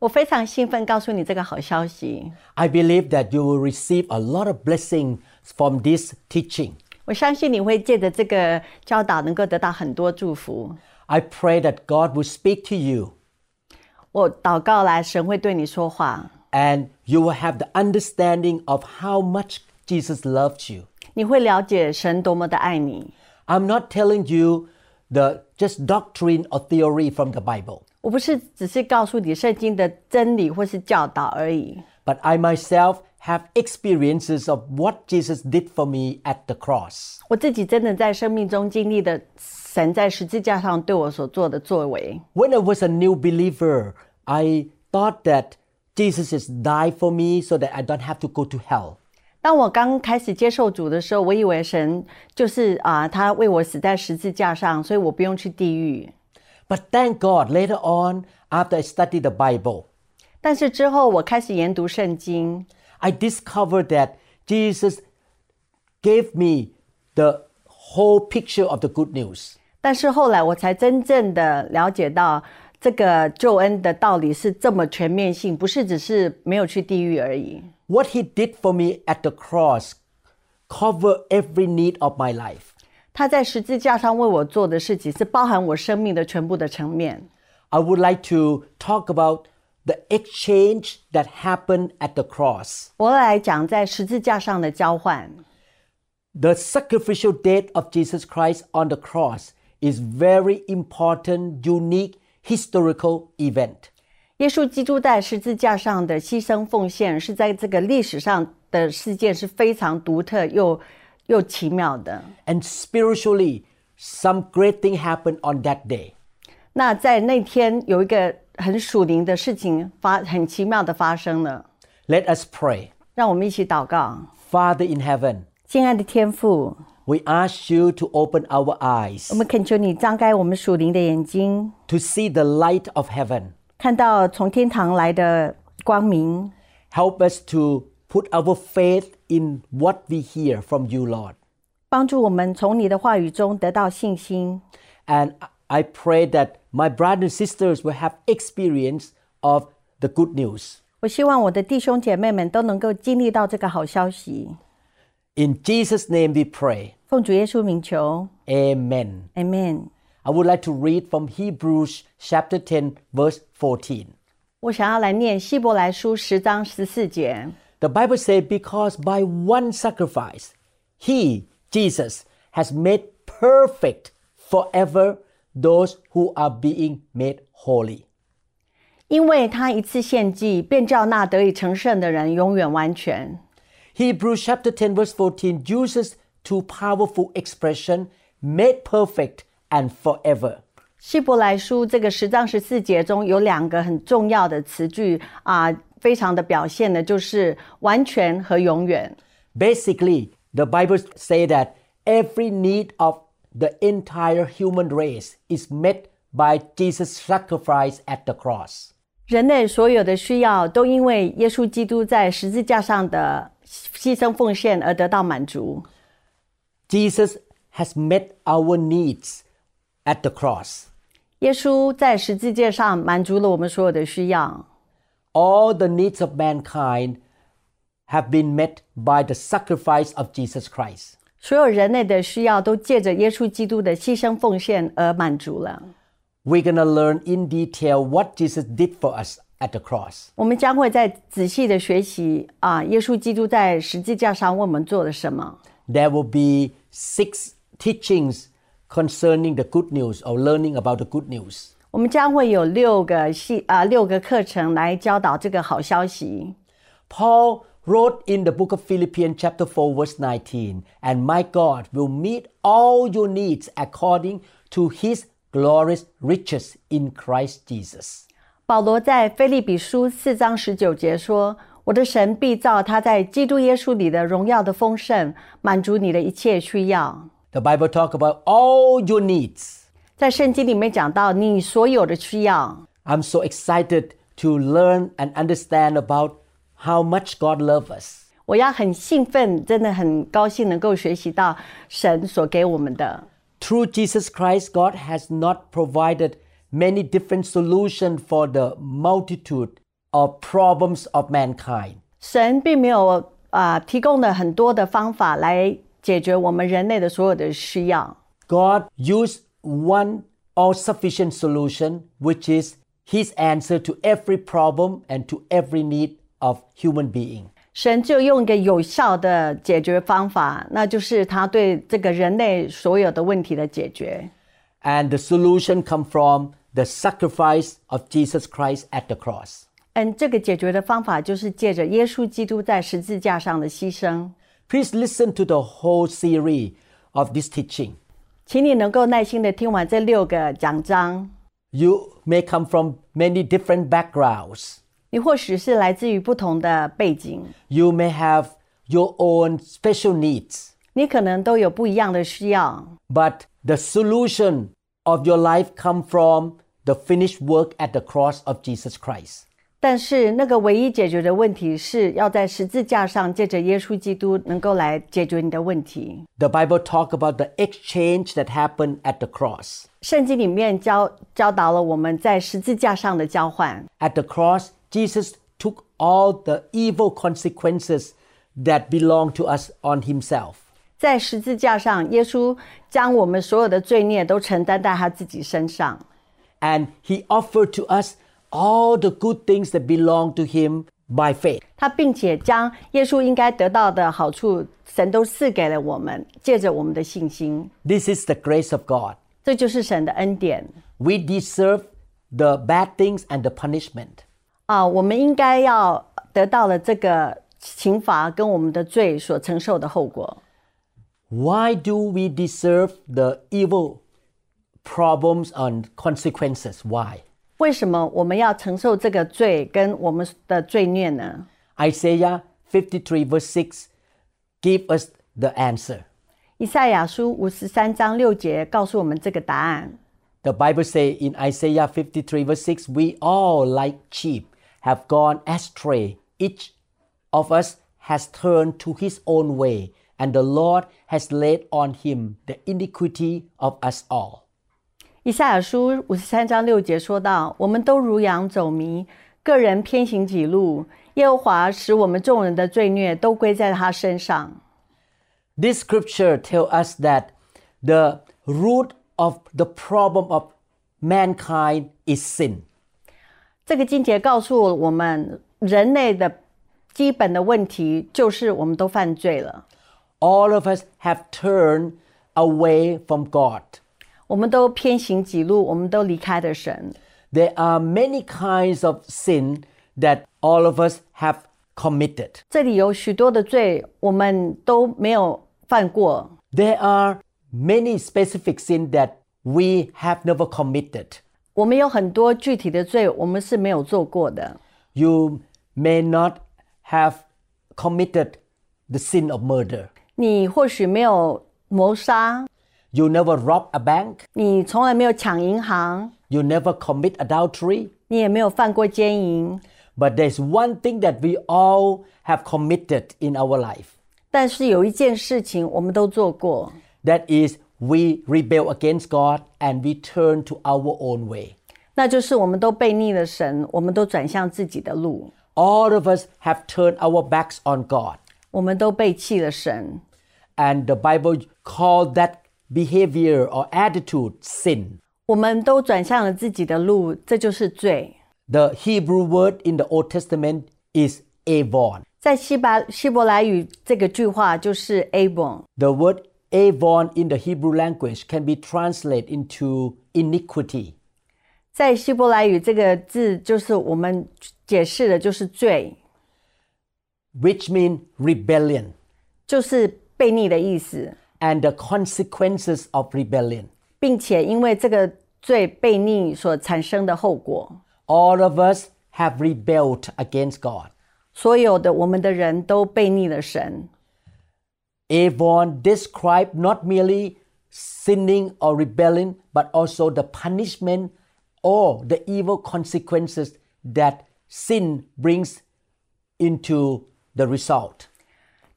我非常兴奋，告诉你这个好消息。 I believe that you will receive a lot of blessing from this teaching. 我相信你会借着这个教导，能够得到很多祝福。 I pray that God will speak to you 我祷告来，神会对你说话， and you will have the understanding of how much Jesus loved you. 你会了解神多么的爱你。 I'm not telling you the just doctrine or theory from the Bible, 我不是只是告诉你圣经的真理或是教导而已， but I myself have experiences of what Jesus did for me at the cross. 我自己真的在生命中经历的神在十字架上对我所做的作为。 When I was a new believer, I thought that Jesus has died for me so that I don't have to go to hell. 当我刚开始接受主的时候，我以为神就是啊、他为我死在十字架上，所以我不用去地狱。 But thank God, later on, after I studied the Bible, 但是之后，我开始研读圣经， I discovered that Jesus gave me the whole picture of the good news. 但是后来我才真正的了解到，这个救恩的道理是这么全面性，不是只是没有去地狱而已。 What he did for me at the cross covered every need of my life. 他在十字架上为我做的事情，是包含我生命的全部的层面。 I would like to talk about the exchange that happened at the cross. 我来讲在十字架上的交换， The sacrificial death of Jesus Christ on the cross is very important, unique historical event. 耶稣基督在十字架上的牺牲奉献，是在这个历史上的事件是非常独特又又奇妙的。 And spiritually, some great thing happened on that day. 那在那天有一个很属灵的事情发，很奇妙的发生了。 Let us pray. 让我们一起祷告， Father in heaven, 亲爱的天父， we ask you to open our eyes 我们恳求你张开我们属灵的眼睛， to see the light of heaven. 看到从天堂来的光明， Help us to put our faith in what we hear from you, Lord. 帮助我们从你的话语中得到信心。 And I pray that my brothers and sisters will have experience of the good news. 我希望我的弟兄姐妹们都能够经历到这个好消息。 In Jesus' name we pray. 奉主耶稣名求 Amen. ，Amen。 I would like to read from Hebrews chapter 10, verse 14. 我想要来念希伯来书十章十四节。 The Bible says, Because by one sacrifice, He, Jesus, has made perfect forever those who are being made holy. 因为他一次献祭，便叫那得以成圣的人永远完全。 Hebrews chapter 10, verse 14 uses two powerful expressions made perfect and forever. 希伯来书这个十章十四节中有两个很重要的词句啊、非常的表现的就是完全和永远。 Basically, the Bible say that every need of the entire human race is met by Jesus' sacrifice at the cross. 人类所有的需要都因为耶稣基督在十字架上的牺牲奉献而得到满足。 Jesus has met our needs at the cross. 耶稣在十字架上满足了我们所有的需要， All the needs of mankind have been met by the sacrifice of Jesus Christ. 所有人类的需要都借着耶稣基督的牺牲奉献而满足了。 We're going to learn in detail what Jesus did for us at the cross. 我们将会再仔细的学习啊，耶稣基督在十字架上为我们做了什么。 There will be six teachings concerning the good news or learning about the good news. 我们将会有六个系啊六个课程来教导这个好消息。 Paul wrote in the book of Philippians, chapter 4, verse 19, and my God will meet all your needs according to his glorious riches in Christ Jesus. 保罗在菲利比书四章十九节说：“我的神必照他在基督耶稣里的荣耀的丰盛，满足你的一切需要。 The Bible talk about all your needs. 在圣经里面讲到你所有的需要， I'm so excited to learn and understand about how much God loves us. 我要很兴奋，真的很高兴能够学习到神所给我们的。 Through Jesus Christ, God has not provided many different solutions for the multitude of problems of mankind. 神并没有啊、提供了很多的方法来解决我们人类的所有的需要。 God used one all sufficient solution, which is His answer to every problem and to every need of human being. 神就用一个有效的解决方法，那就是他对这个人类所有的问题的解决。 And the solution come from the sacrifice of Jesus Christ at the cross. 嗯，这个解决的方法就是借着耶稣基督在十字架上的牺牲。 Please listen to the whole series of this teaching. 请你能够耐心的听完这六个讲章。 You may come from many different backgrounds. 你或许是来自于不同的背景， You may have your own special needs, 你可能都有不一样的需要， but the solution of your life come from the finished work at the cross of Jesus Christ. 但是那个唯一解决的问题是要在十字架上借着耶稣基督能够来解决你的问题。 The Bible talk about the exchange that happened at the cross. 圣经里面教教导了我们在十字架上的交换， At the cross, Jesus took all the evil consequences that belong to us on himself. 在十字架上，耶稣将我们所有的罪孽都承担在他自己身上， and he offered to us all the good things that belong to him by faith. 他并且将耶稣应该得到的好处，神都赐给了我们，借着我们的信心， This is the grace of God. 这就是神的恩典 We deserve the bad things and the punishment. 啊！我们应该要得到了这个刑罚跟我们的罪所承受的后果。 Why do we deserve the evil problems and consequences? Why? 为什么我们要承受这个罪跟我们的罪孽呢？ Isaiah 53 verse 6 give us the answer. 以赛亚书五十三章六节告诉我们这个答案。 The Bible say in Isaiah 53 verse 6, we all like sheep have gone astray. Each of us has turned to his own way, and the Lord has laid on him the iniquity of us all. 以赛亚书五十三章六节说到：“我们都如羊走迷，个人偏行己路。耶和华使我们众人的罪孽都归在他身上。 This scripture tell us that the root of the problem of mankind is sin. ”这个经节告诉我们，人类的基本的问题就是我们都犯罪了， All of us have turned away from God. 我们都偏行己路，我们都离开了神。 There are many kinds of sin that all of us have committed. 这里有许多的罪，我们都没有犯过。 There are many specific sins that we have never committed. 我们有很多具体的罪，我们是没有做过的。 You may not have committed the sin of murder. 你或许没有谋杀， You never rob a bank. 你从来没有抢银行， You never commit adultery. 你也没有犯过奸淫。 But there's one thing that we all have committed in our life. 但是有一件事情我们都做过， That is, we rebel against God and we turn to our own way. 那就是我们都背逆了神，我们都转向自己的路， All of us have turned our backs on God. 我们都背弃了神。 And the Bible called that behavior or attitude sin. 我们都转向了自己的路，这就是罪。 The Hebrew word in the Old Testament is avon. 在希伯希伯来语这个句话就是 abon， The word avon in the Hebrew language can be translated into iniquity. 在希伯来语这个字就是我们解释的就是罪， which means rebellion, 就是悖逆的意思， and the consequences of rebellion. 并且因为这个罪悖逆所产生的后果。 All of us have rebelled against God. 所有的我们的人都背逆了神。 Avon described not merely sinning or rebelling, but also the punishment or the evil consequences that sin brings into the result.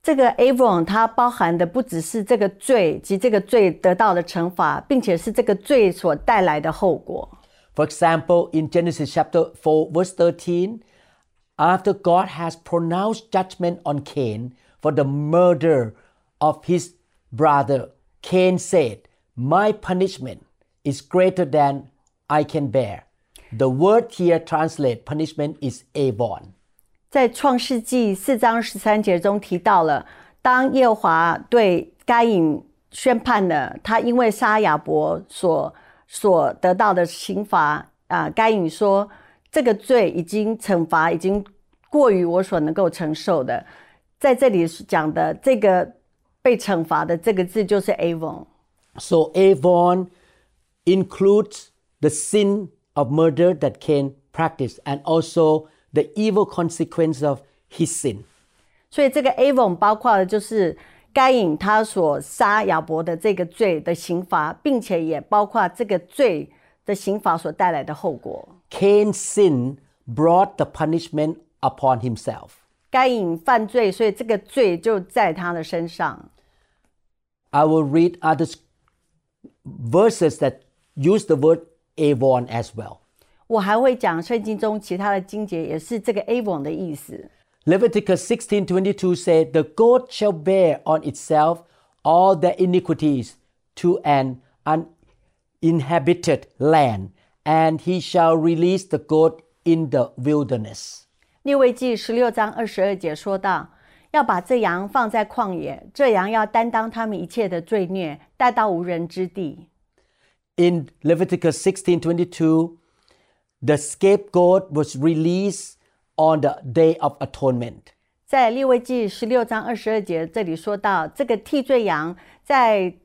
这个 Avon 它包含的不只是这个罪及这个罪得到的惩罚，并且是这个罪所带来的后果。 For example, in Genesis chapter 4, verse 13, after God has pronounced judgment on Cain for the murder of his brother, Cain said, My punishment is greater than I can bear. The word here translate punishment is avon. 在创世纪四章十三节中提到了，当耶和华对该隐宣判了他因为杀亚伯所所得到的刑罚啊、该隐说这个罪已经惩罚已经过于我所能够承受的。在这里讲的这个被惩罚的这个字就是 avon。 So avon includes the sin of murder that Cain practiced and also the evil consequence of his sin. 所以这个 Avon 包括的就是该隐他所杀亚伯的这个罪的刑罚，并且也包括这个罪的刑罚所带来的后果。 Cain's sin brought the punishment upon himself. 该隐犯罪，所以这个罪就在他的身上。 I will read other s- verses that use the word Avon as well. 我还会讲圣经中其他的经节，也是这个 Avon 的意思。 Leviticus 16:22 said, "The goat shall bear on itself all their iniquities to an uninhabited land, and he shall release the goat in the wilderness." 列位记十六章二十二节说到，要把这羊放在旷野，这羊要担当他们一切的罪孽，带到无人之地。 In Leviticus 16:22, the scapegoat was released on the day of atonement. 在利未记十六章二十二节这里说到，这个替罪羊在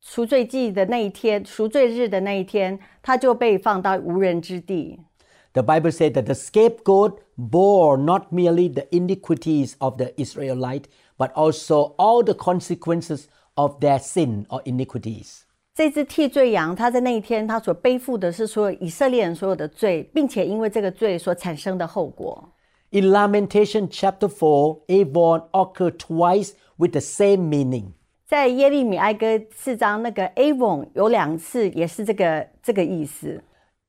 赎罪祭的那一天，赎罪日的那一天，他就被放到无人之地。 The Bible said that the scapegoat bore not merely the iniquities of the Israelite, but also all the consequences of their sin or iniquities. 这只替罪羊，他在那一天，他所背负的是所有以色列人所有的罪，并且因为这个罪所产生的后果。 In Lamentation chapter 4, Avon occurred twice with the same meaning. 在耶利米哀歌四章，那个 Avon 有两次也是这个这个意思。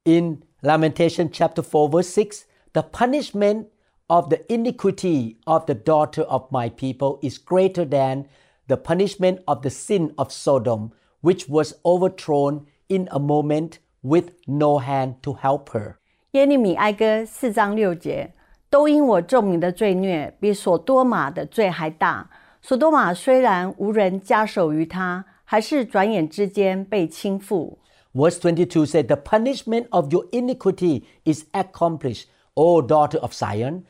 In Lamentation chapter 4, verse 6, the punishment of the iniquity of the daughter of my people is greater than the punishment of the sin of Sodom, which was overthrown in a moment with no hand to help her. 耶利米哀歌四章六节，都因我众民的罪孽，比所多玛的罪还大。所多玛虽然无人加手于他，还是转眼之间被倾覆。 Verse 22 said, The punishment of your iniquity is accomplished, O daughter of Zion.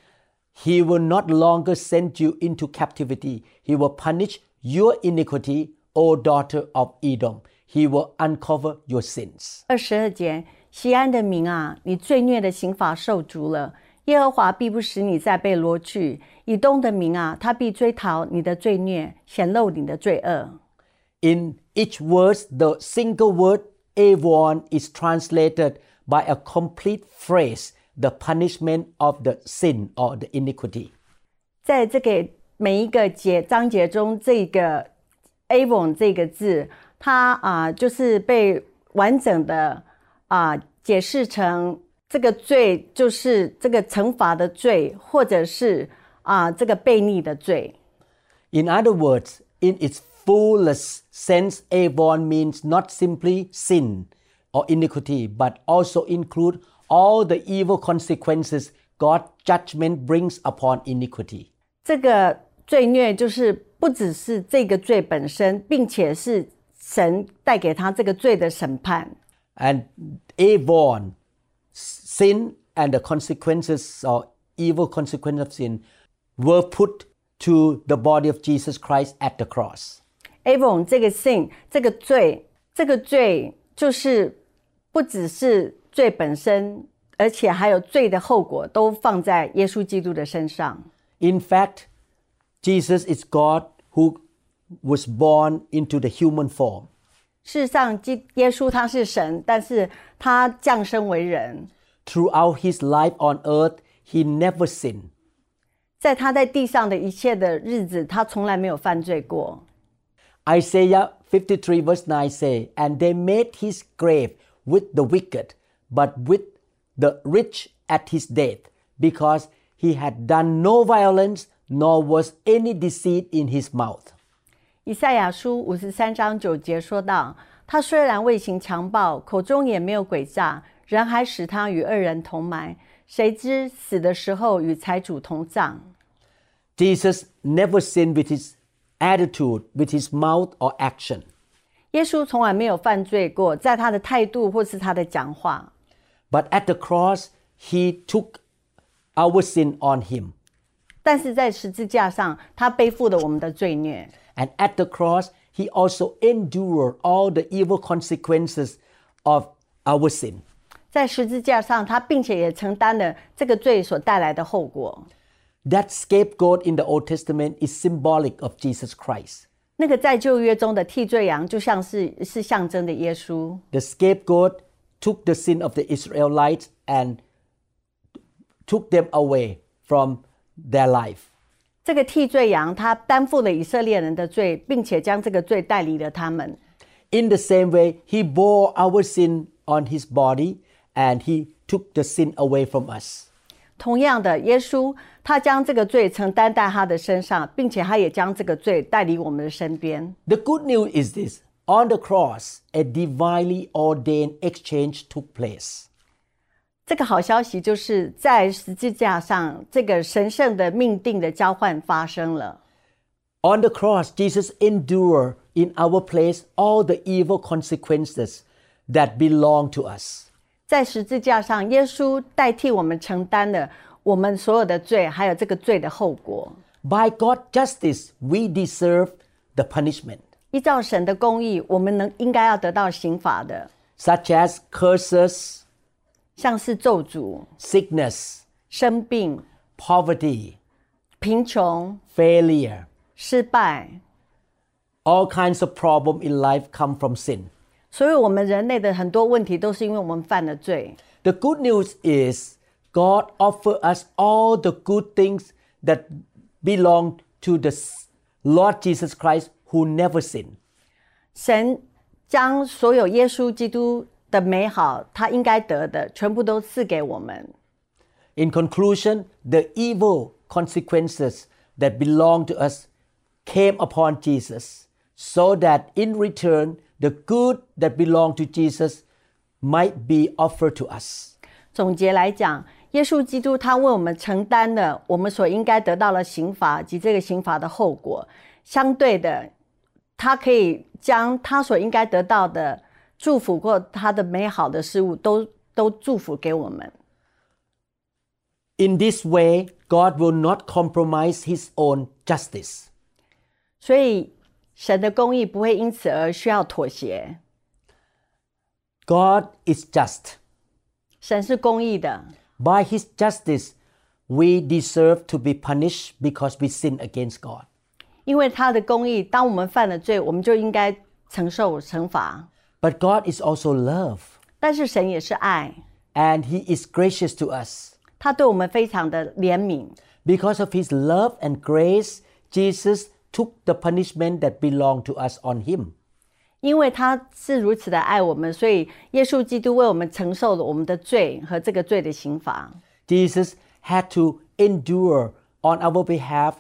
He will not longer send you into captivity. He will punish your iniquity, O daughter of Edom. He will uncover your sins. 二十二节，西安的民啊，你罪孽的刑罚受足了，耶和华必不使你再被掳去。以东的民啊，他必追讨你的罪孽，显露你的罪恶。 In each verse, the single word Avon is translated by a complete phrase, the punishment of the sin or the iniquity. 在这个每一个节章节中，这个 avon 这个字，它啊、就是被完整的啊、解释成这个罪就是这个惩罚的罪，或者是啊、这个悖逆的罪。 In other words, in its fullest sense, Avon means not simply sin or iniquity, but also include all the evil consequences God's judgment brings upon iniquity. 这个罪孽就是不只是这个罪本身，并且是神带给他这个罪的审判。 And Avon, s- sin and the consequences or evil consequence of sin were put to the body of Jesus Christ at the cross. Avon 这个 sin 这个罪，这个罪就是不只是罪本身，而且还有罪的后果都放在耶稣基督的身上。 In fact, Jesus is God who was born into the human form. 事实上，基耶稣他是神，但是他降生为人， Throughout his life on earth, he never sinned. 在他在地上的一切的日子，他从来没有犯罪过。 Isaiah 53 verse 9 say, And they made his grave with the wicked, but with the rich at his death, because he had done no violence, nor was any deceit in his mouth. 以赛亚书五十三章九节说道：“他虽然未行强暴，口中也没有诡诈，人还使他与恶人同埋。谁知死的时候与财主同葬。 Jesus never sinned with his attitude, with his mouth or action. 耶稣从来没有犯罪过，在他的态度或是他的讲话， But at the cross, he took our sin on him. 但是在十字架上，他背负了我们的罪孽。 And at the cross, he also endured all the evil consequences of our sin. 在十字架上，他并且也承担了这个罪所带来的后果。 That scapegoat in the Old Testament is symbolic of Jesus Christ. 那个在旧约中的替罪羊，就像是是象征的耶稣。 The scapegoat took the sin of the Israelites and took them away from their life. 这个替罪羊，他担负了以色列人的罪，并且将这个罪带离了他们。 In the same way, he bore our sin on his body and he took the sin away from us. 同样的，耶稣他将这个罪承担在他的身上，并且他也将这个罪带离我们的身边。 The good news is this on the cross, a divinely ordained exchange took place. 这个好消息就是在十字架上，这个神圣的命定的交换发生了。 On the cross, Jesus endured in our place all the evil consequences that belong to us. 在十字架上，耶稣代替我们承担了我们所有的罪，还有这个罪的后果。 By God's justice, we deserve the punishment, 依照神的公义，我们能应该要得到刑罚的， such as curses, 像是咒诅、 sickness, 生病、 poverty, 贫穷、 failure. 失败。 All kinds of problems in life come from sin. 所以，我们人类的很多问题都是因为我们犯了罪。 The good news is God offers us all the good things that belong to the s- Lord Jesus Christ who never sinned. 神将所有耶稣基督的美好，他应该得的，全部都赐给我们。 In conclusion, the evil consequences that belong to us came upon Jesus, so that in return, the good that belong to Jesus might be offered to us. 总结来讲，耶稣基督他为我们承担了我们所应该得到的刑罚及这个刑罚的后果。相对的，他可以将他所应该得到的祝福或他的美好的事物都都祝福给我们。 In this way, God will not compromise his own justice. 所以，神的公义不会因此而需要妥协。 God is just. 神是公义的， By his justice, we deserve to be punished because we sin against God. 因为他的公义，当我们犯了罪，我们就应该承受惩罚。 But God is also love, 但是神也是爱， and he is gracious to us. 他对我们非常的怜悯。 Because of his love and grace, Jesus took the punishment that belonged to us on him. 因为他是如此的爱我们，所以耶稣基督为我们承受了我们的罪和这个罪的刑罚。 Jesus had to endure on our behalf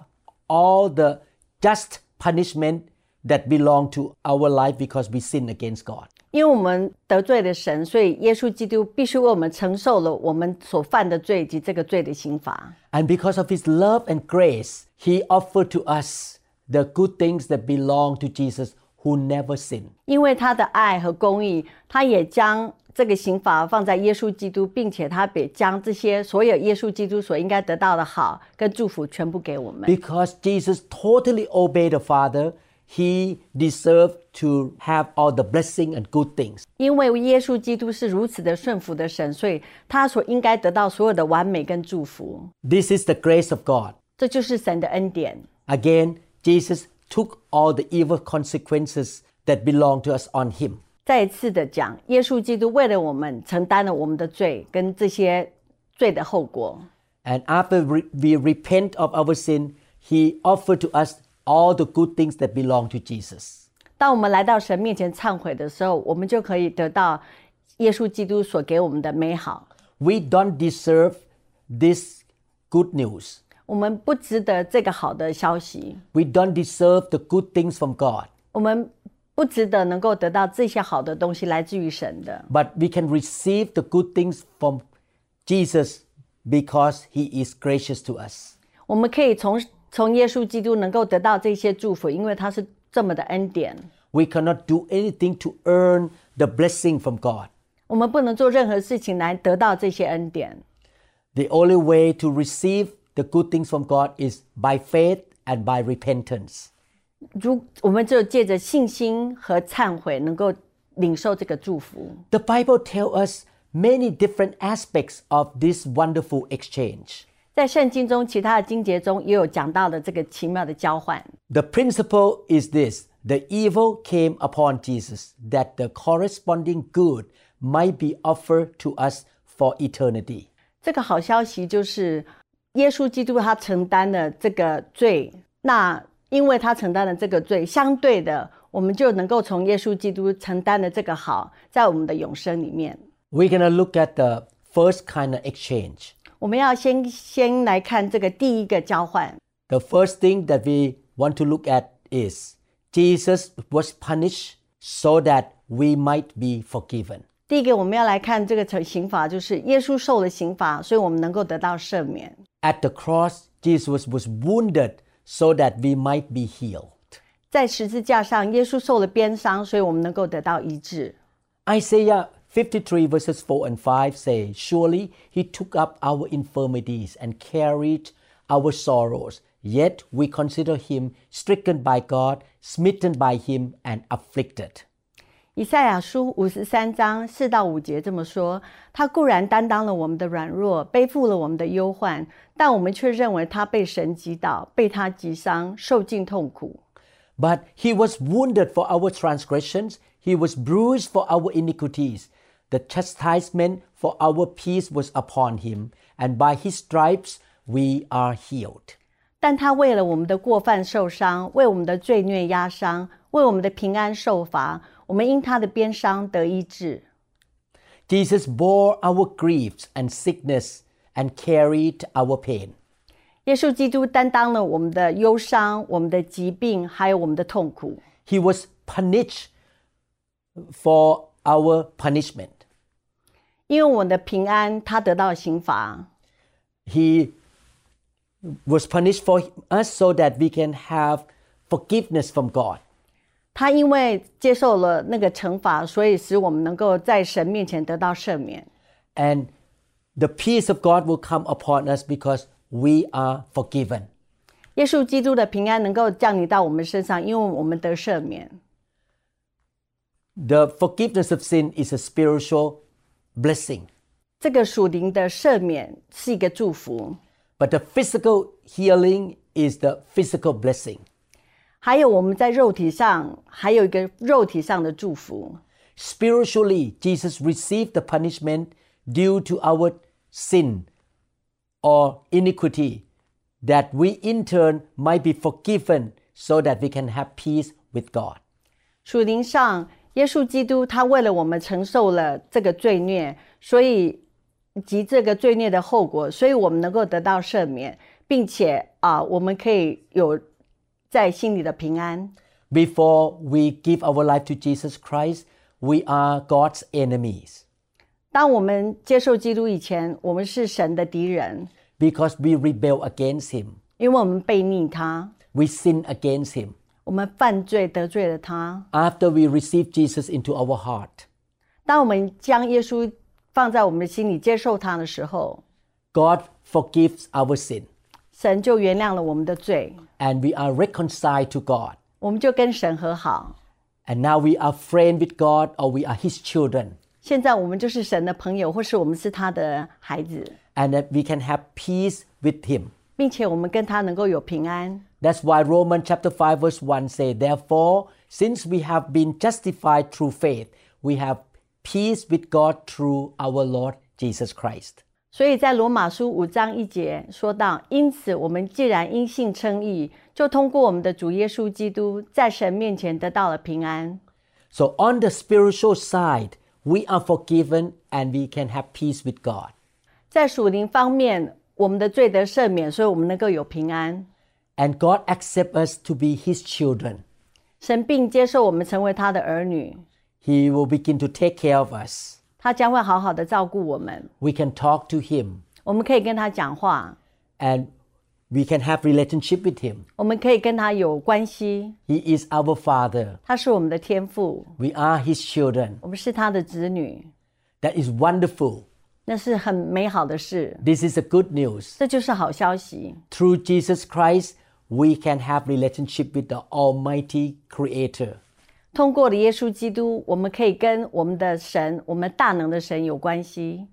all the just punishment that belonged to our life because we sin against God. 因为我们得罪了神，所以耶稣基督必须为我们承受了我们所犯的罪及这个罪的刑罚。 And because of his love and grace, he offered to us the good things that belong to Jesus who never sinned. 因为他的爱和公义，他也将这个刑罚放在耶稣基督，并且他也将这些所有耶稣基督所应该得到的好跟祝福全部给我们。 Because Jesus totally obeyed the Father, he deserved to have all the blessing and good things. 因为耶稣基督是如此的顺服的神，所以他所应该得到所有的完美跟祝福。 This is the grace of God. 这就是神的恩典。 Again, Jesus took all the evil consequences that belong to us on him. 再一次的讲，耶稣基督为了我们承担了我们的罪跟这些罪的后果。 And after re- we repent of our sin, he offered to us all the good things that belong to Jesus. 当我们来到神面前忏悔的时候，我们就可以得到耶稣基督所给我们的美好。 We don't deserve this good news. 我们不值得这个好的消息， We don't deserve the good things from God, 我们不值得能够得到这些好的东西来自于神的。 but we can receive the good things from Jesus because he is gracious to us. 我们可以从从耶稣基督能够得到这些祝福，因为他是这么的恩典。 We cannot do anything to earn the blessing from God. 我们不能做任何事情来得到这些恩典。 The only way to receive the good things from God is by faith and by repentance. 如我们只有借着信心和忏悔，能够领受这个祝福。 The Bible tells us many different aspects of this wonderful exchange. 在圣经中其他的经节中也有讲到的这个奇妙的交换。 The principle is this the evil came upon Jesus, that the corresponding good might be offered to us for eternity. 这个好消息就是，耶稣基督他承担了这个罪，那因为他承担了这个罪，相对的，我们就能够从耶稣基督承担的这个好，在我们的永生里面。 We're going to look at the first kind of exchange. 我们要先先来看这个第一个交换。 The first thing that we want to look at is Jesus was punished so that we might be forgiven. 第一个，我们要来看这个惩刑罚，就是耶稣受了刑罚，所以我们能够得到赦免。 At the cross, Jesus was wounded so that we might be healed. 在十字架上，耶稣受了鞭伤，所以我们能够得到医治。 Isaiah 53 verses 4 and 5 say, Surely he took up our infirmities and carried our sorrows, yet we consider him stricken by God, smitten by him, and afflicted. 以赛亚书五十三章四到五节这么说：他固然担当了我们的软弱，背负了我们的忧患，但我们却认为他被神击倒，被他击伤，受尽痛苦。 But he was wounded for our transgressions, he was bruised for our iniquities. The chastisement for our peace was upon him, and by his stripes we are healed. 但他为了我们的过犯受伤，为我们的罪孽压伤，为我们的平安受罚。我们因他的鞭伤得医治。 Jesus bore our griefs and sickness and carried our pain. 耶稣基督担当了我们的忧伤、我们的疾病，还有我们的痛苦。 He was punished for our punishment. 因为我们的平安，他得到刑罚。 He was punished for us so that we can have forgiveness from God. 他因为接受了那个惩罚，所以使我们能够在神面前得到赦免。 and the peace of God will come upon us because we are forgiven. 耶稣基督的平安能够降临到我们身上，因为我们得赦免。 The forgiveness of sin is a spiritual blessing, 这个属灵的赦免是一个祝福， but the physical healing is the physical blessing. 还有我们在肉体上还有一个肉体上的祝福。 Spiritually, Jesus received the punishment due to our sin or iniquity that we in turn might be forgiven so that we can have peace with God. 属灵上，耶稣基督他为了我们承受了这个罪孽，所以及这个罪孽的后果，所以我们能够得到赦免，并且啊，我们可以有在心里的平安。 Before we give our life to Jesus Christ, we are God's enemies 当我们接受基督以前，我们是神的敌人， because we rebel against Him. 因为我们背逆他， We sin against Him. 我们犯罪得罪了他。 After we receive Jesus into our heart, 当我们将耶稣放在我们的心里，接受他的时候， God forgives our sin 神就原谅了我们的罪， and we are reconciled to God. 我们就跟神和好。 And now we are friends with God or we are His children 现在我们就是神的朋友，或是我们是他的孩子， and that we can have peace with Him. 并且我们跟他能够有平安。 That's why Romans chapter 5 verse 1 say, Therefore, since we have been justified through faith, we have peace with God through our Lord Jesus Christ. 所以在罗马书五章一节说到：“因此，我们既然因信称义，就通过我们的主耶稣基督，在神面前得到了平安。 So on the spiritual side, we are forgiven and we can have peace with God. 在属灵方面，我们的罪得赦免，所以我们能够有平安。 And God accepts us to be his children. 神并接受我们成为他的儿女， He will begin to take care of us. 他将会好好的照顾我们。 We can talk to him 我们可以跟他讲话， and we can have relationship with him. 我们可以跟他有关系。 He is our father. 他是我们的天父， We are his children. 我们是他的子女， That is wonderful. 那是很美好的事。 This is the good news. 这就是好消息。 Through Jesus Christ, we can have relationship with the almighty creator. 通过了耶稣基督，我们可以跟我们的神，我们大能的神有关系。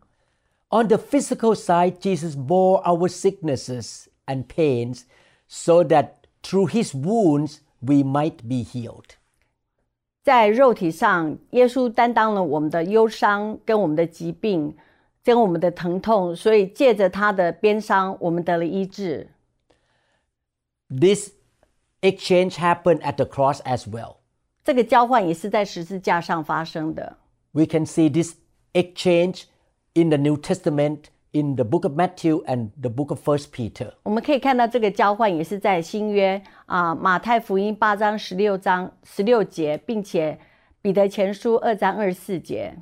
On the physical side, Jesus bore our sicknesses and pains so that through his wounds we might be healed. 在肉体上，耶稣担当了我们的忧伤、跟我们的疾病、跟我们的疼痛，所以借着他的鞭伤，我们得了医治。 This exchange happened at the cross as well. 这个交换也是在十字架上发生的。 We can see this exchange in the New Testament in the book of Matthew and the book of 1 Peter. 我们可以看到这个交换也是在新约啊、马太福音八章十六章十六节，并且彼得前书二章二十四节。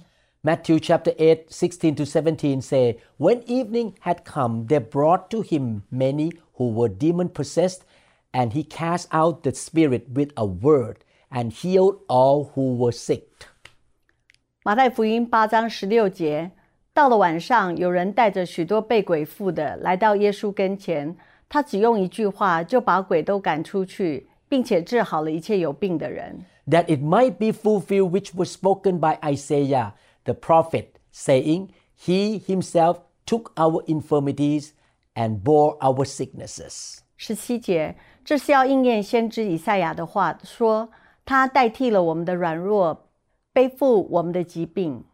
Matthew chapter 8, 16 to 17 say, When evening had come, they brought to him many who were demon possessed, and he cast out the spirit with a word and healed all who were sick. 马太福音八章十六节，到了晚上，有人带着许多被鬼附的来到耶稣跟前，他只用一句话就把鬼都赶出去，并且治好了一切有病的人。 That it might be fulfilled which was spoken by Isaiah the prophet, saying, He himself took our infirmities and bore our sicknesses. 十七节，这是要应验先知以赛亚的话，说他代替了我们的软弱，背负我们的疾病。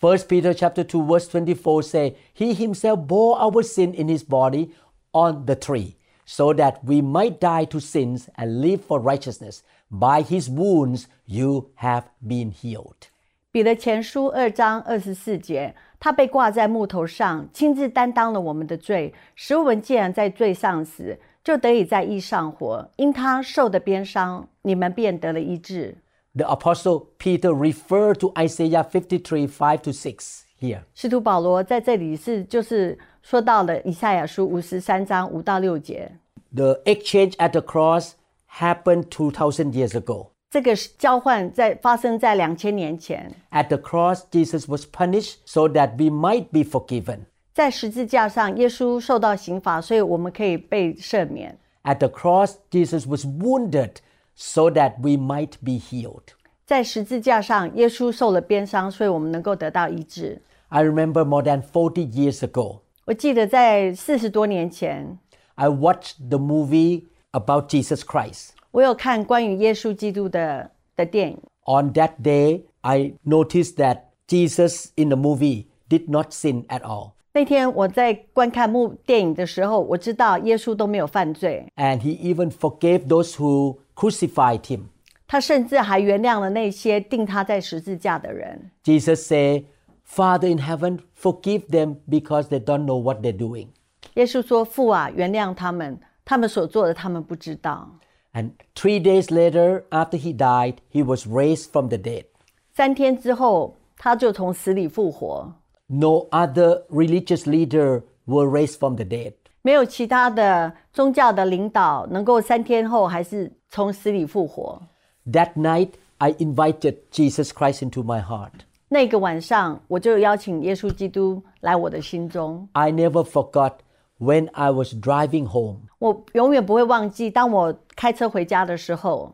First Peter chapter 2 verse 24 say, He himself bore our sin in his body on the tree, so that we might die to sins and live for righteousness. By his wounds you have been healed. 彼得前书二章二十四节，他被挂在木头上，亲自担当了我们的罪，使我们既然在罪上死，就得以在义上活。因他受的鞭伤，你们便得了医治。 The apostle Peter referred to Isaiah 53, 5 to 6 here. 使徒保罗在这里是就是说到了以赛亚书五十三章五到六节， The exchange at the cross happened 2000 years ago. 这个交换在发生在两千年前， At the cross, Jesus was punished so that we might be forgiven. 在十字架上，耶稣受到刑罚，所以我们可以被赦免。 At the cross, Jesus was wounded so that we might be healed. 在十字架上，耶稣受了鞭伤，所以我们能够得到医治。 I remember more than 40 years ago, 我记得在四十多年前， I watched the movie about Jesus Christ. 我有看关于耶稣基督的的电影。 On that day, I noticed that Jesus in the movie did not sin at all, 那天我在观看幕电影的时候，我知道耶稣都没有犯罪， and he even forgave those who crucified him. 他甚至还原谅了那些钉他在十字架的人。 Jesus said, Father in heaven, forgive them because they don't know what they're doing. 耶稣说：“父啊，原谅他们，他们所做的，他们不知道。 And three days later, after he died, he was raised from the dead. ”三天之后，他就从死里复活。 no other religious leader were raised from the dead. 没有其他的宗教的领导能够三天后还是从死里复活。 That night, I invited Jesus Christ into my heart. 那个晚上，我就邀请耶稣基督来我的心中。 I never forgot when I was driving home. 我永远不会忘记，当我开车回家的时候，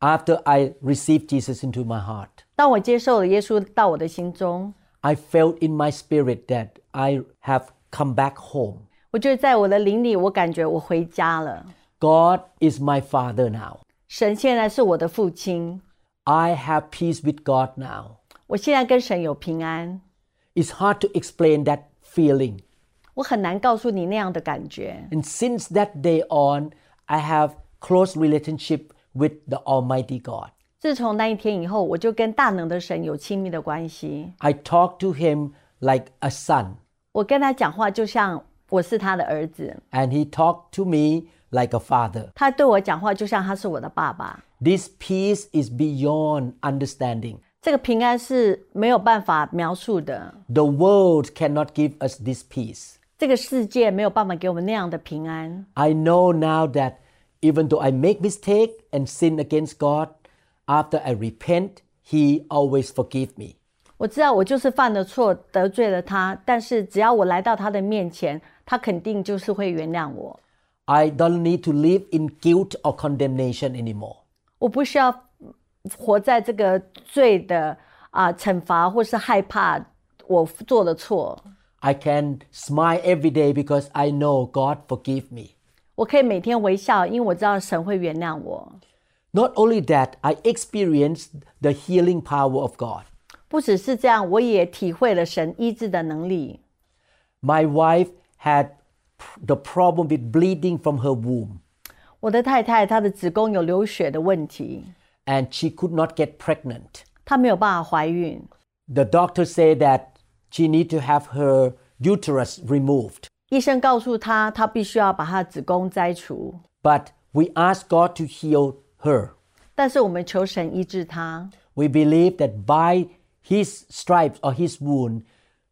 After I received Jesus into my heart, 当我接受了耶稣到我的心中， I felt in my spirit that I have come back home. 我就在我的灵里，我感觉我回家了。 God is my father now. 神现在是我的父亲， I have peace with God now. 我现在跟神有平安。 It's hard to explain that feeling. 我很难告诉你那样的感觉。 And since that day on, I have close relationship with the Almighty God. 自从那一天以后，我就跟大能的神有亲密的关系。 I talk to him like a son, 我跟他讲话就像我是他的儿子， and he talked to me like a father. 他对我讲话就像他是我的爸爸。 This peace is beyond understanding. 这个平安是没有办法描述的， The world cannot give us this peace. 这个世界没有办法给我们那样的平安。 I know now that even though I make mistake and sin against God, after I repent, he always forgive me. 我知道我就是犯了错，得罪了他，但是只要我来到他的面前，他肯定就是会原谅我。 I don't need to live in guilt or condemnation anymore. 我不需要活在这个罪的啊、惩罚，或是害怕我做了错。 I can smile every day because I know God forgive me. 我可以每天微笑，因为我知道神会原谅我。 Not only that, I experienced the healing power of God. 不只是这样，我也体会了神医治的能力。 My wife had pr- the problem with bleeding from her womb 我的太太她的子宫有流血的问题， and she could not get pregnant. 她没有办法怀孕。 The doctor said that she need to have her uterus removed. 医生告诉她，她必须要把她的子宫摘除。 But we asked God to heal her. 但是我们求神医治她。 We believe that by his stripes or his wound,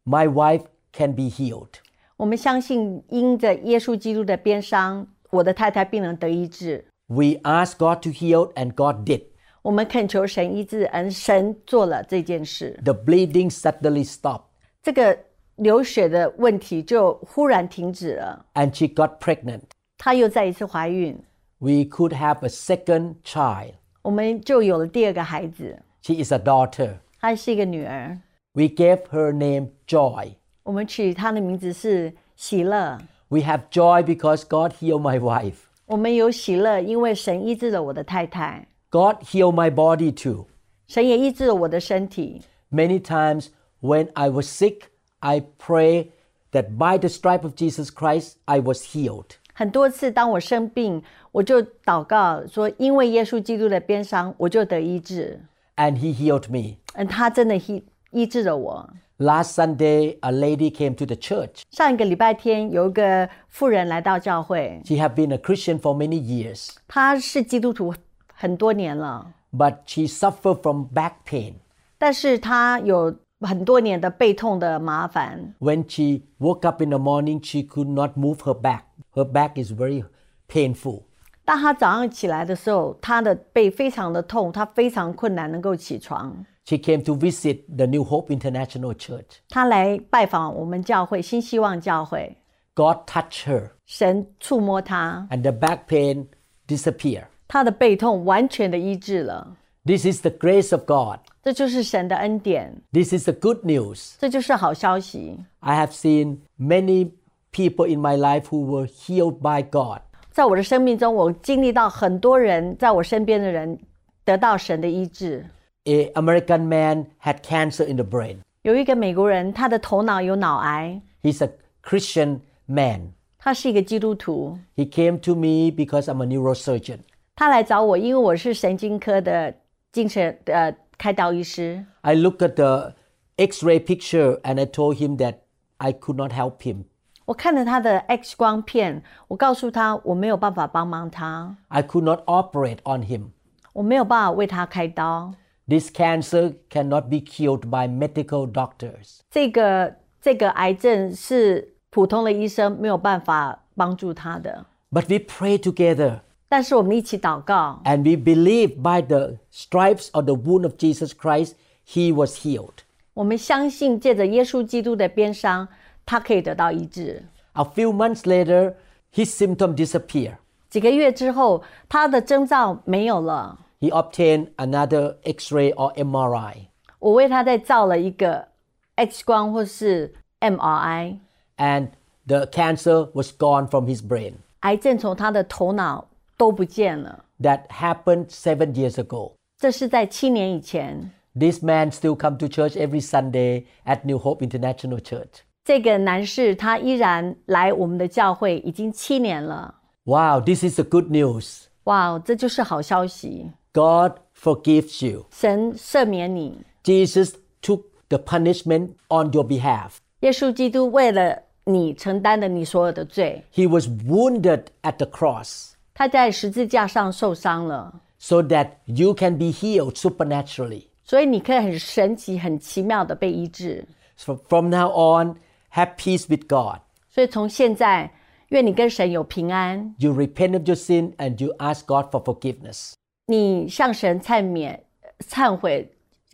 my wife can be healed. 我们相信，因着耶稣基督的鞭伤，我的太太必能得医治。 We asked God to heal and God did. 我们恳求神医治，而神做了这件事。 The bleeding suddenly stopped 这个流血的问题就忽然停止了。 and she got pregnant. 她又再一次怀孕， We could have a second child. 我们就有了第二个孩子。 She is a daughter. 她是一个女儿， We gave her name Joy. 我们取她的名字是喜乐。 We have joy because God healed my wife. 我们有喜乐，因为神医治了我的太太， God healed my body too. 神也医治了我的身体。 Many times when I was sick, I pray that by the stripe of Jesus Christ, I was healed. 很多次，当我生病，我就祷告说：“因为耶稣基督的鞭伤，我就得医治。 And he healed me. ”嗯，他真的医医治了我。 Last Sunday, a lady came to the church. 上一个礼拜天，有一个妇人来到教会， She had been a Christian for many years, 她是基督徒很多年了， but she suffered from back pain. 但是她有很多年的背痛的麻烦。 When she woke up in the morning, she could not move her back. Her back is very painful. 当她早上起来的时候，她的背非常的痛，她非常困难能够起床。 She came to visit the New Hope International Church. 她来拜访我们教会新希望教会， God touched her, 神触摸她， and the back pain disappeared. 她的背痛完全的医治了。 This is the grace of God. 这就是神的恩典， This is the good news. 这就是好消息。 I have seen many people in my life who were healed by God. 在我的生命中，我经历到很多人，在我身边的人得到神的医治。 A American man had cancer in the brain. 有一个美国人，他的头脑有脑癌， He's a Christian man. 他是一个基督徒。 He came to me because I'm a neurosurgeon. 他来找我，因为我是神经科的精神呃开刀医师。 I looked at the x-ray picture and I told him that I could not help him. 我看了他的 X 光片，我告诉他我没有办法帮忙他， I could not operate on him. 我没有办法为他开刀。 This cancer cannot be cured by medical doctors. 这个这个癌症是普通的医生没有办法帮助他的。 But we pray together 但是我们一起祷告， and we believe by the stripes or the wound of Jesus Christ, he was healed. 我们相信借着耶稣基督的鞭伤，他可以得到医治。 A few months later, his symptom disappeared. 几个月之后，他的征兆没有了， He obtained another x-ray or MRI. 我为他再照了一个 X 光或是 MRI， And The cancer was gone from his brain. 癌症从他的头脑都不见了。 That happened seven years ago. 这是在七年以前， This man still come to church every Sunday at New Hope International Church. 这个男士他依然来我们的教会已经七年了。 Wow, this is the good news. 哇，哦这就是好消息！ God forgives you. 神赦免你， Jesus took the punishment on your behalf. 耶稣基督为了你承担了你所有的罪， He was wounded at the cross 他在十字架上受伤了， so that you can be healed supernaturally. 所以你可以很神奇、很奇妙的被医治。 So from now on, have peace with God. 所以从现在，愿你跟神有平安， You repent of your sin and you ask God for forgiveness. 你向神忏免、忏悔，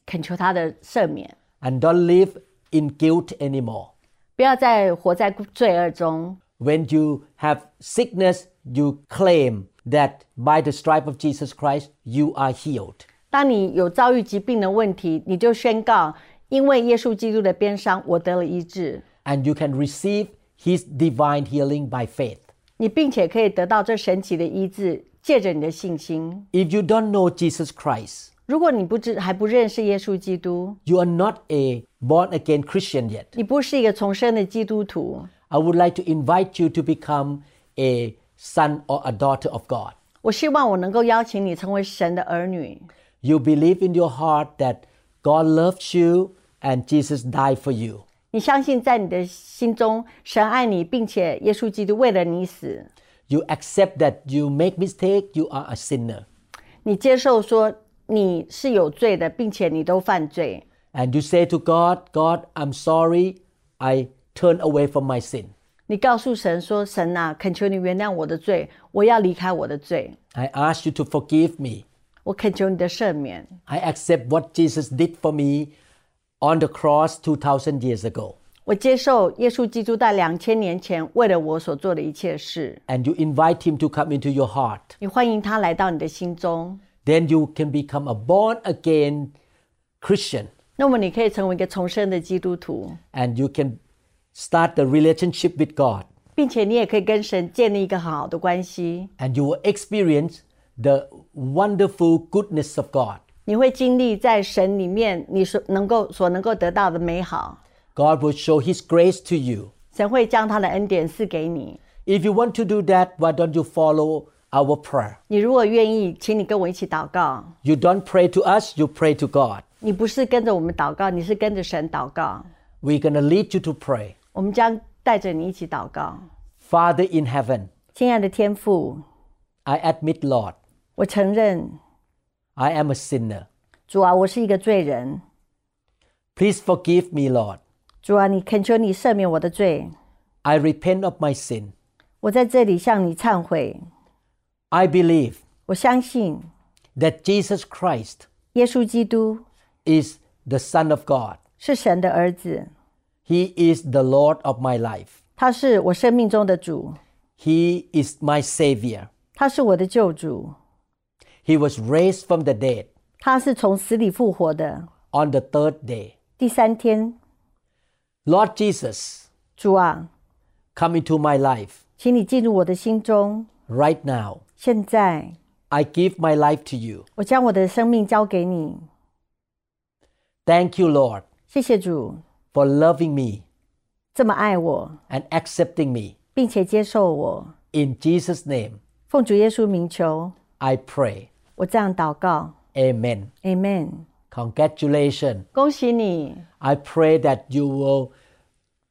恳求他的赦免， And don't live in guilt anymore. 不要再活在罪恶中。 When you have sickness, you claim that by the stripe of Jesus Christ, you are healed. 当你有遭遇疾病的问题，你就宣告：因为耶稣基督的鞭伤，我得了医治。 And you can receive His divine healing by faith. 你并且可以得到这神奇的医治，借着你的信心。 If you don't know Jesus Christ, 如果你不知还不认识耶稣基督， you are not a born again Christian yet. 你不是一个重生的基督徒， I would like to invite you to become a son or a daughter of God. 我希望我能够邀请你成为神的儿女。 You believe in your heart that God loves you and Jesus died for you. 你相信在你的心中，神爱你，并且耶稣基督为了你死。 You accept that you make mistake, you are a sinner. 你接受说你是有罪的，并且你都犯罪。 And you say to God, God, I'm sorry. I turn away from my sin. 你告诉神说：“神呐、恳求你原谅我的罪，我要离开我的罪， I ask you to forgive me. 我恳求你的赦免。 I accept what Jesus did for me on the cross 2000 years ago. 我接受耶稣基督在两千年前为了我所做的一切事。 And you invite him to come into your heart. 你欢迎他来到你的心中， Then you can become a born again Christian 那么你可以成为一个重生的基督徒， and you can start the relationship with God. 并且你也可以跟神建立一个很好的关系。 and you will experience the wonderful goodness of God. 你会经历在神里面你所能够所能够得到的美好， God will show His grace to you. 神会将他的恩典赐给你。 If you want to do that, why don't you follow our prayer? 你如果愿意，请你跟我一起祷告。 You don't pray to us, you pray to God. 你不是跟着我们祷告，你是跟着神祷告。 We're going to lead you to pray. 我们将带着你一起祷告， Father in heaven, 亲爱的天父， I admit, Lord, 我承认， I am a sinner. 主啊，我是一个罪人。 Please forgive me, Lord. 主啊，你恳求你赦免我的罪， I repent of my sin. 我在这里向你忏悔。 I believe 我相信 that Jesus Christ 耶稣基督 is the Son of God. 是神的儿子， He is the Lord of my life. 他是我生命中的主， He is my Savior. 他是我的救主， He was raised from the dead 他是从死里复活的。 on the third day. 第三天， Lord Jesus, 主啊， come into my life 请你进入我的心中。 right now. 现在， I give my life to you. 我将我的生命交给你。 Thank you, Lord, 谢谢主， for loving me 这么爱我， and accepting me. 并且接受我。 In Jesus' name, 奉主耶稣名求， I pray. 我这样祷告 Amen. ，Amen。 Congratulations. 恭喜你， I pray that you will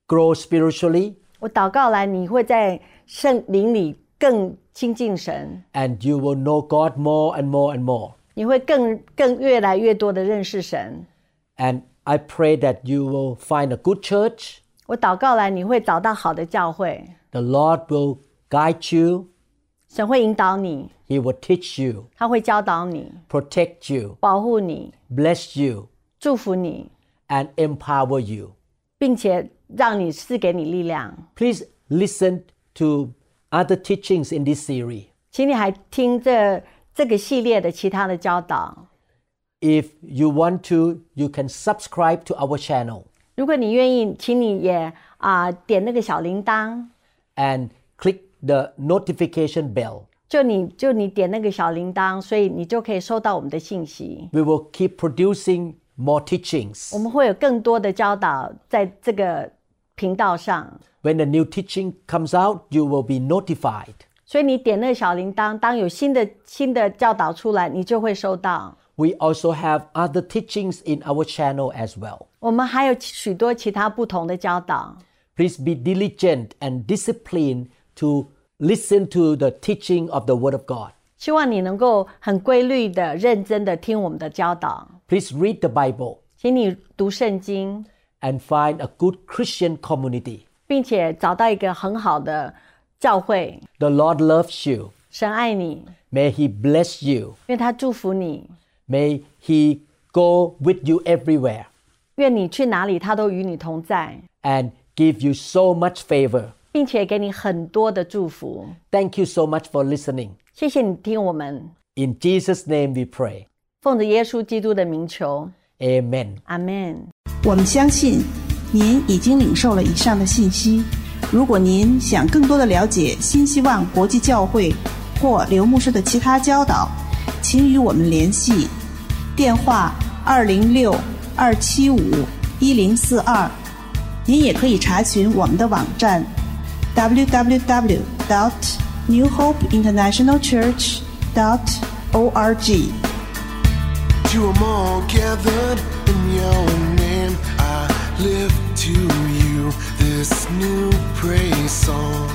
grow spiritually 我祷告来，你会在圣灵里更亲近神， and you will know God more and more and more. 你会更更越来越多的认识神。 And I pray that you will find a good church. 我祷告来，你会找到好的教会， The Lord will guide you 神会引导你， He will teach you, 他会教导你， protect you, 保护你， bless you, 祝福你， and empower you. 并且让你赐给你力量。 Please listen to other teachings in this series. 请你还听这这个系列的其他的教导。 If you want to, you can subscribe to our channel. 如果你愿意，请你也啊、点那个小铃铛， and click the notification bell. 就你就你点那个小铃铛，所以你就可以收到我们的信息。 We will keep producing more teachings. 我们会有更多的教导在这个频道上， When the new teaching comes out, you will be notified. 所以你点那个小铃铛，当有新的新的教导出来，你就会收到。 We also have other teachings in our channel as well. 我们还有许多其他不同的教导， Please be diligent and disciplined to listen to the teaching of the Word of God. 希望你能够很规律的、认真的听我们的教导， Please read the Bible 请你读圣经， and find a good Christian community. 并且找到一个很好的教会。 The Lord loves you. 神爱你，因 May He bless you. 为他祝福你， May He go with you everywhere 愿你去哪里，他都与你同在， and give you so much favor. 并且给你很多的祝福。 Thank you so much for listening. 谢谢你听我们， In Jesus' name we pray. 奉着耶稣基督的名求， Amen. 阿门。我们相信您已经领受了以上的信息。如果您想更多的了解新希望国际教会或刘牧师的其他教导，请与我们联系，电话二零六二七五一零四二。您也可以查询我们的网站 www. dot New Hope International Church. dot org。 You are more gathered in your name. I lift to you this new praise song.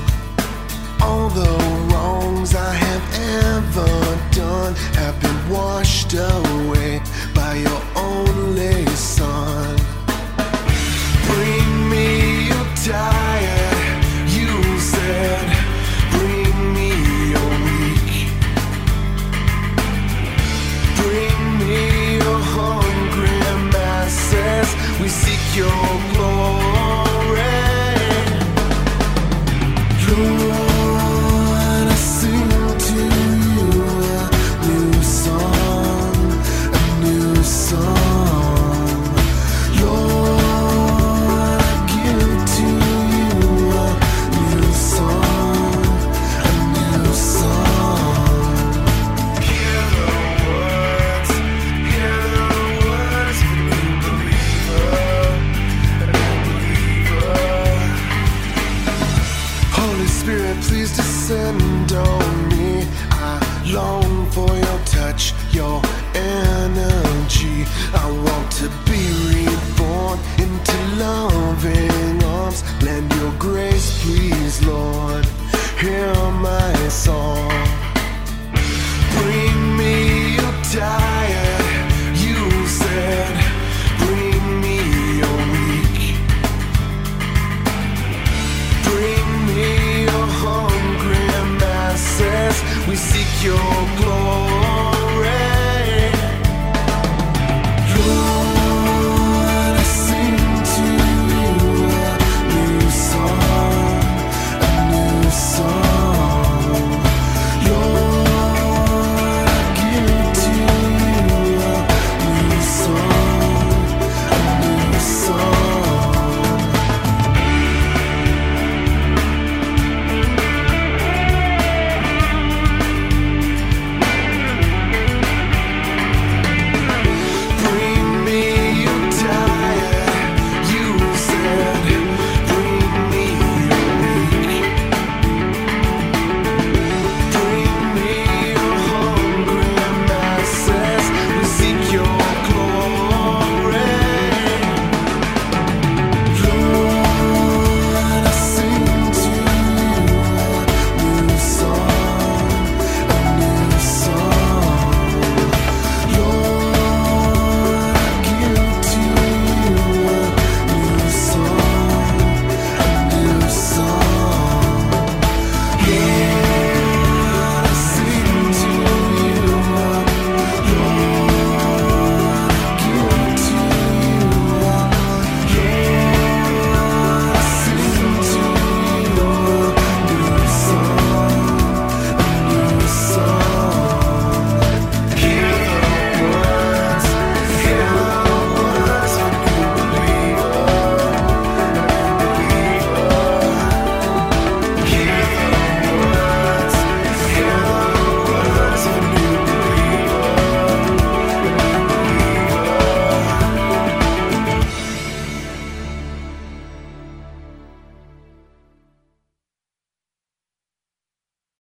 All the wrongs I have ever done have been washed away by your only son. Bring me your diet, you said. Bring me your weak. Bring me your hungry masses. We seek your glory. Lord, I sing to you a new song, a new song. Lord, I give to you a new song, a new song. Hear the words, hear the words of a new believer, a new believer. Holy Spirit, please descend on me. I long for your touch, your energy. I want to be reborn into loving arms. Lend your grace, please, Lord. Hear my song. Bring me your diet, you said. Bring me your weak. Bring me your hungry masses. We seek your